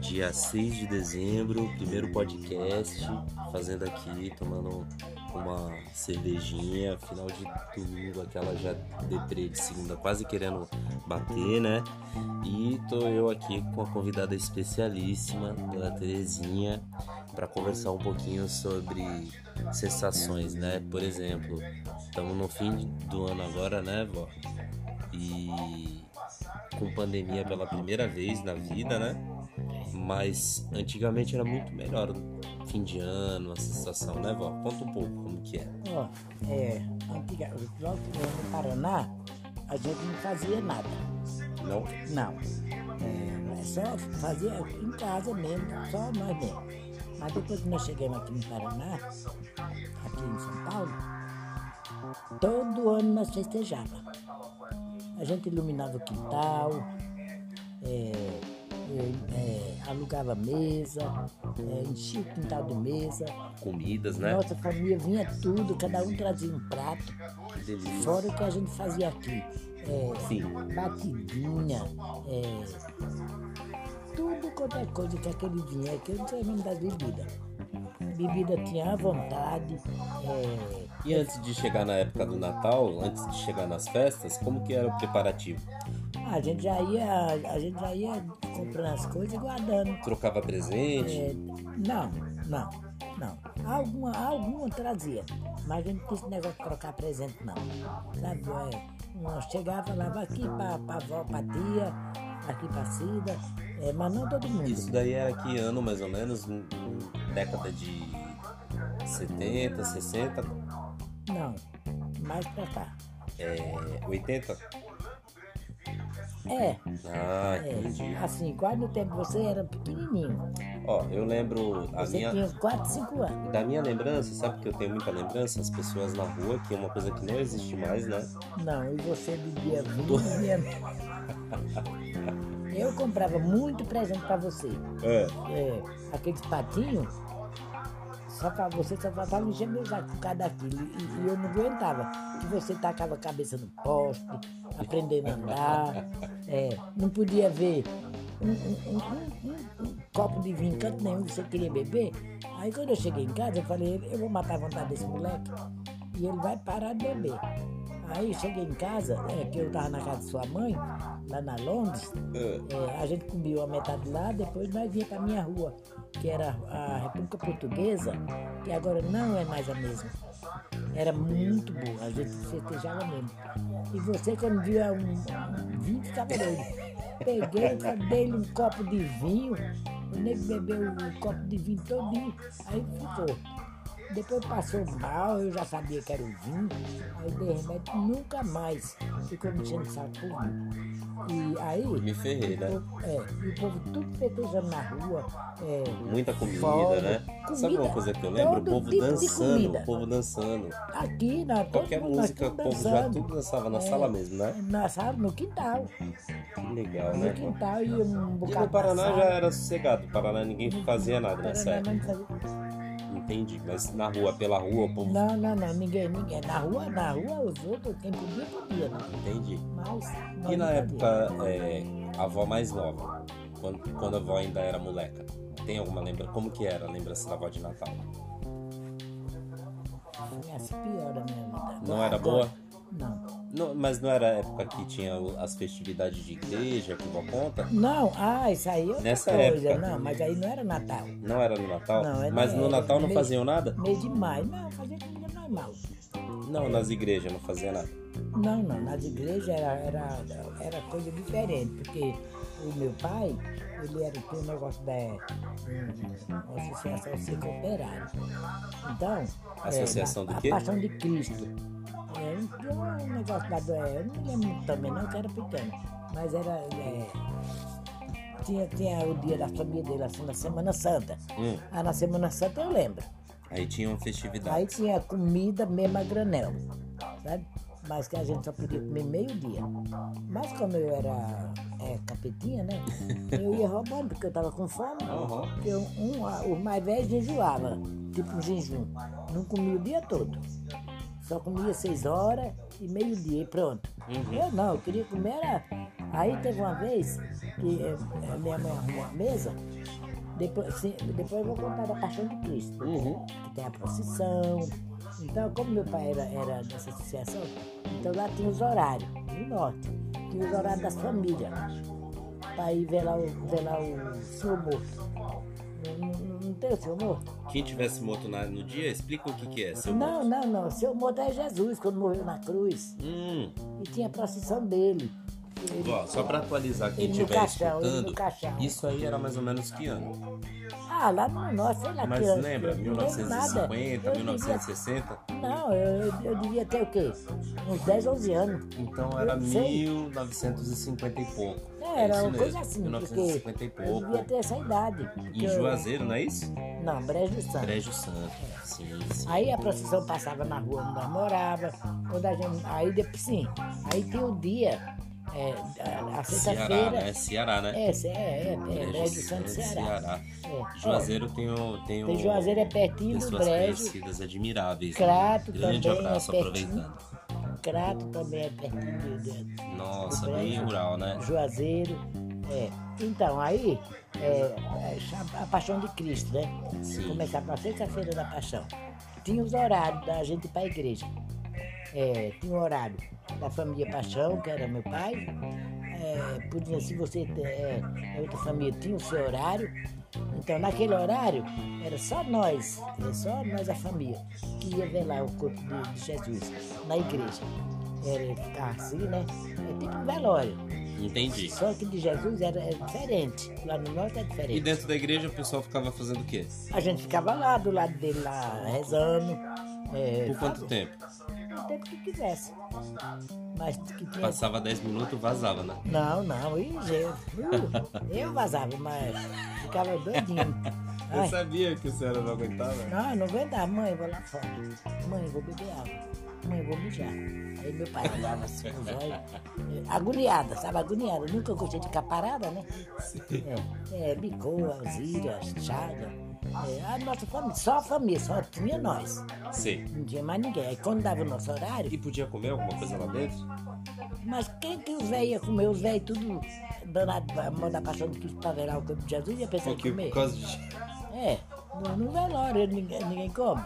dia 6 de dezembro, primeiro podcast, fazendo aqui, tomando uma cervejinha, final de domingo, aquela já deprê de segunda, quase querendo bater, né? E tô eu aqui com a convidada especialíssima, a Terezinha, para conversar um pouquinho sobre sensações, né? Por exemplo, estamos no fim do ano agora, né, vó? E com pandemia pela primeira vez na vida, né? Mas antigamente era muito melhor o fim de ano, a sensação, né, vó? Conta um pouco como que é. Ó, é, antiga, o final do ano no Paraná, a gente não fazia nada. Não? Não. É, é só fazia em casa mesmo, só nós mesmo. Mas depois que nós chegamos aqui no Paraná, aqui em São Paulo, todo ano nós festejávamos. A gente iluminava o quintal, é, é, é, alugava mesa, é, enchia o quintal de mesa. Comidas, né? Nossa família vinha tudo, cada um trazia um prato. Que delícia. Fora o que a gente fazia aqui. É, Sim. batidinha, é, tudo quanto é coisa que aquele vinha, que eu não sei o nome das bebidas. Bebida tinha à vontade, é, E antes de chegar na época do Natal, antes de chegar nas festas, como que era o preparativo? a gente já ia, a gente já ia comprando as coisas e guardando. Trocava É, presente? não, não, não. Alguma, alguma trazia, mas a gente não tinha esse negócio de trocar presente, não. Sabe, é, uma chegava lá, vai aqui pra, pra vó, pra tia, aqui pra Cida, é, mas não todo mundo. Isso daí era que ano mais ou menos? Hum, hum, Década de 70, 60, Não, mais pra cá. é, 80? É, Ah, entendi. é, assim, quase no tempo você era pequenininho. Ó, eu lembro a Você minha. tinha uns 4, 5 anos. Da minha lembrança, sabe que eu tenho muita lembrança? As pessoas na rua, que é uma coisa que não existe mais, né? Não, e você bebia vinho, bebia... Eu comprava muito presente pra você. É. é, aqueles patinhos, só pra você só faltava encher meu saco por causa daquilo. E, e eu não aguentava. Que você tacava a cabeça no poste, aprendendo a andar, é, não podia ver um, um- um- um- um- um copo de vinho em canto nenhum que você queria beber. Aí quando eu cheguei em casa, eu falei, eu vou matar a vontade desse moleque e ele vai parar de beber. Aí cheguei em casa, é, que eu tava na casa de sua mãe, lá na Londres, é, a gente comia a metade lá, depois nós vinha pra minha rua, que era a República Portuguesa, que agora não é mais a mesma. Era muito boa, a gente festejava mesmo. E você, quando via um, um vinho, ficava doido. Peguei, só dei-lhe um copo de vinho, o nego bebeu o copo de vinho todinho, aí ficou. Depois passou mal, eu já sabia que era o vinho, aí dei remédio, nunca mais ficou me enchendo o saco por vinho. E aí, Me ferrei, né? o povo- É, e o povo tudo festejando na rua. É, Muita comida, Fora. né? Sabe uma Comida, coisa que eu lembro? O todo povo tipo de dançando, comida. o povo dançando. aqui na Qualquer música, o povo já tudo dançava na É. sala mesmo, né? Na sala, no quintal. Que legal, né? No quintal e um E bocado no Paraná na já sala. era sossegado. Paraná ninguém fazia nada nessa Paraná época. não fazia- Entendi. Mas na rua, pela rua, o povo. Não, não, não, ninguém, ninguém. Na rua, na rua, os outros, quem podia, podia, né? Entendi. Mas. E nós na não época, é, a avó mais nova, quando, quando a avó ainda era moleca, tem alguma lembrança? Como que era a lembrança da avó de Natal? fazia. Foi assim, pior a minha vida. Não era boa? Não. Não, mas não era a época que tinha o- as festividades de igreja, que vó conta? Não, ah, isso aí é outra Nessa coisa. época. Não, mas aí não era Natal. Não era no Natal? Não, era- mas no era Natal não meio- faziam nada? Mês de maio, não, fazia comida normal. Não, nas igrejas não fazia nada. Não, não, nas igrejas era, era, era coisa diferente, porque o meu pai, ele era tinha um negócio da um- uma associação seco operária. Então, Associação é, do a, quê? A Paixão de Cristo. É, um- tinha um negócio da do- eu não lembro muito também não, que era pequeno, mas era. é, tinha, tinha o dia da família dele, assim, na Semana Santa. Hum, Ah, na Semana Santa eu lembro. aí tinham festividade. Aí tinha comida mesmo a granel, sabe? Mas que a gente só podia comer meio-dia. Mas como eu era é, capetinha, né? Eu ia roubando, porque eu tava com fome. Aham. Porque eu- um, a- os mais velhos jejuava, tipo um jejum. Não comia o dia todo. Só comia seis horas e meio-dia e pronto. Eu não, eu queria comer. Era... Aí teve uma vez que eh, a minha mãe arrumou a mesa Depois, sim, depois eu vou contar da Paixão de Cristo, Uhum. que tem a procissão. Então, como meu pai era, era dessa associação, então lá tinha os horários, no norte, tinha os horários das famílias, para ir velar o, velar o senhor morto. Não, não- não tem o senhor morto? Quem tivesse morto na- no dia, explica o que, que é, seu Não, morto. não, não. O senhor morto é Jesus, quando morreu na cruz. Hum, E tinha a procissão dele. Ele- ó, só pra atualizar quem Ele no estiver caixão, ele escutando, no caixão. isso aí era mais ou menos que ano? Ah, lá no norte, sei lá Mas que ano, lembra, eu não lembro nada. 1950, Eu 1960? devia- Não, eu, eu devia ter o quê? Uns 10, 11 anos. Então era Eu sei. 1950 e pouco. É, era isso uma mesmo, coisa assim, 1950 e Eu devia pouco. ter né? essa idade. Em Juazeiro, não é isso? Não, Brejo do Santo. Brejo Santo. Sim, sim. Aí a procissão passava na rua onde nós morava, quando a gente, aí depois sim, aí tem o dia, é, a- Ceará, a sexta-feira. né? Ceará, né? É, é, é, é, Brejo do Santo, Ceará. É. Juazeiro tem o. Tem, Tem o- Juazeiro é tem pertinho do suas Brejo. conhecidas admiráveis. né? Crato Grande também abraço, é pertinho. aproveitando. Crato também é pertinho de, de, Nossa, Brejo. bem rural, né? Juazeiro. É. Então, aí, é, é, chama- a Paixão de Cristo, né? Sim. Começava na sexta-feira da Paixão. Tinha os horários da gente ir para a igreja. É, tinha o horário da família Paixão, que era meu pai. É, podia, se você te- é, é outra família, tinha o seu horário. Então, naquele horário, era só nós, era só nós, a família, que ia velar o corpo de, de Jesus na igreja. Era ficar assim, né? É tipo um velório. Entendi. Só que de Jesus era, era diferente. Lá no norte é E diferente. dentro da igreja o pessoal ficava fazendo o quê? A gente ficava lá, do lado dele lá, rezando. É, Por quanto tempo? o tempo que quisesse. Mas que tinha. Passava 10 minutos, vazava, né? Não, não, e eu, uh, eu vazava, mas ficava doidinho. Ai, sabia que a senhora não aguentava. Ah, não, eu não aguentava, mãe, eu vou lá fora. Mãe, eu vou beber água. Mãe, eu vou mijar. Aí meu pai olhava assim com os olhos. eh, Agoniada, sabe? Agoniada. Nunca gostei de ficar parada, né? É, é bicoa, alzira, chaga. É, a nossa família, só a família, só tinha nós. Sei. Não tinha mais ninguém. Aí quando dava o nosso horário, E podia comer alguma coisa lá dentro? mas quem que os velhos iam comer? Os velhos tudo danado, a mão da paixão do Cristo para velar o corpo de Jesus ia pensar em Porque por comer. causa de. É, no, no velório ninguém, ninguém come.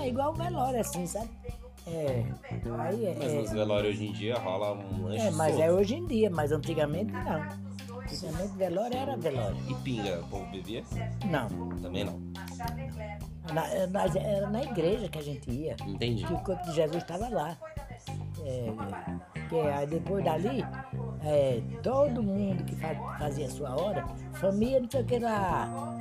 É igual o velório, assim, sabe? É, aí Mas nos é, velórios hoje em dia rola um lanche. é, mas é solto. hoje em dia, mas antigamente não. Antigamente velório era velório. E pinga, o povo bebia? Não, Também não. na, nós- era na igreja que a gente ia. Entendi. que o corpo de Jesus estava lá. É, que aí depois dali, é, todo mundo que fa- fazia a sua hora, família, não sei o que lá.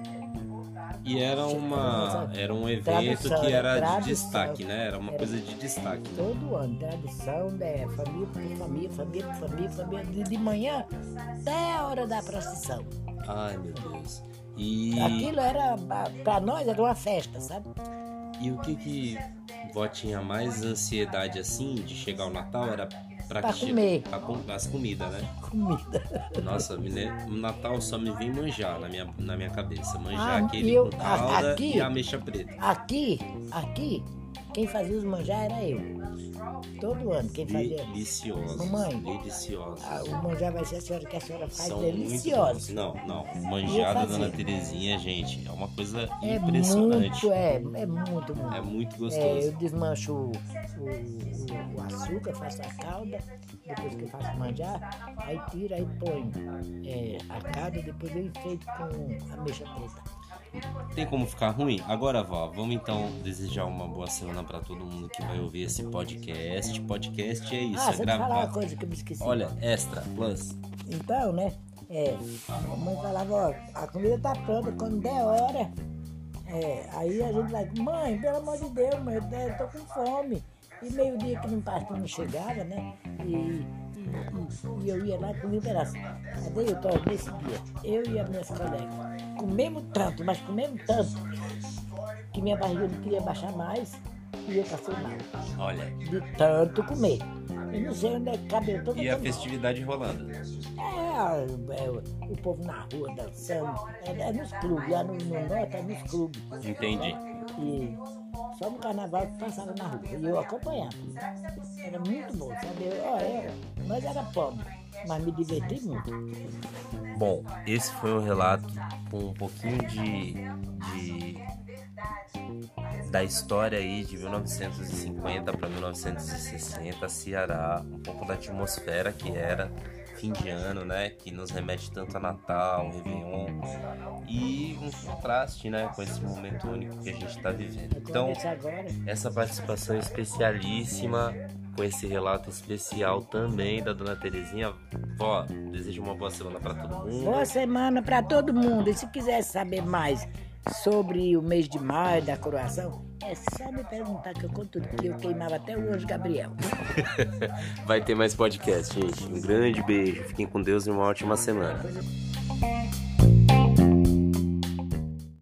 E era uma. Era um evento Tradução, que era era de tradução. destaque, né? Era uma Era- coisa de destaque, né? Todo ano, tradição, né? família por família, família por família, família, de, de manhã até a hora da procissão. Ai, meu Deus. E. Aquilo era, para nós, era uma festa, sabe? E o que que vó tinha mais ansiedade assim de chegar ao Natal era pra, Pra che- comer. pra com- as comidas, né? Comida. Nossa, me le- o Natal só me vem manjar na minha, na minha cabeça. Manjar Ah, aquele eu- com a- calda aqui- e ameixa preta. Aqui, aqui, quem fazia os manjar era eu. Todo ano, quem fazia. Deliciosos. Mamãe. Deliciosos. Ah, o manjar vai ser a senhora que a senhora faz São muito deliciosa. bons. Não, não. Eu Manjada da fazia. Dona Terezinha, gente, é uma coisa É impressionante. muito, é, é muito, É muito. muito É, gostoso. eu desmancho o, o- o açúcar, faço a calda, depois que eu faço o manjar, aí tiro, aí ponho é, a calda, depois eu enfeito com ameixa preta. Tem como ficar ruim? Agora, vó, vamos então desejar uma boa semana pra todo mundo que vai ouvir esse podcast. Podcast é isso, ah, é você me falar uma gravar. coisa que eu me esqueci. Olha, extra, plus. Então, né? É, a mamãe falava, ó, a comida tá pronta, quando der hora. É, aí a gente vai, mãe, pelo amor de Deus, mãe, eu tô- eu tô com fome. E meio-dia que não parte não chegava, né? E, e- e- e eu ia lá e comia um pedaço. Cadê eu tô nesse dia? Eu e as minhas colegas. Comemos tanto, mas comemos tanto, que minha barriga não queria baixar mais e eu passei mal. Olha, De tanto comer. E não sei onde é que cabeu toda e a comida. festividade rolando. É, é, o povo na rua dançando. É, é nos clubes, lá no, no norte é nos clubes. Entendi. E só no carnaval que passava na rua. E eu acompanhava. é, Era muito bom, sabe? Eu, ó, eu- nós era pobre. mas me diverti muito. Bom, esse foi um relato com um pouquinho de, de- da história aí de 1950 para 1960, Ceará, um pouco da atmosfera que era fim de ano, né, que nos remete tanto a Natal, Réveillon e um contraste, né, com esse momento único que a gente está vivendo. Eu Então, começo agora. essa participação especialíssima com esse relato especial também da Dona Terezinha. Vó, desejo uma boa semana para todo mundo. Boa semana para todo mundo. E se quiser saber mais sobre o mês de maio da coroação, é só me perguntar que eu conto tudo, que eu queimava até o anjo Gabriel. Vai ter mais podcast, gente. Um grande beijo. Fiquem com Deus e uma ótima semana.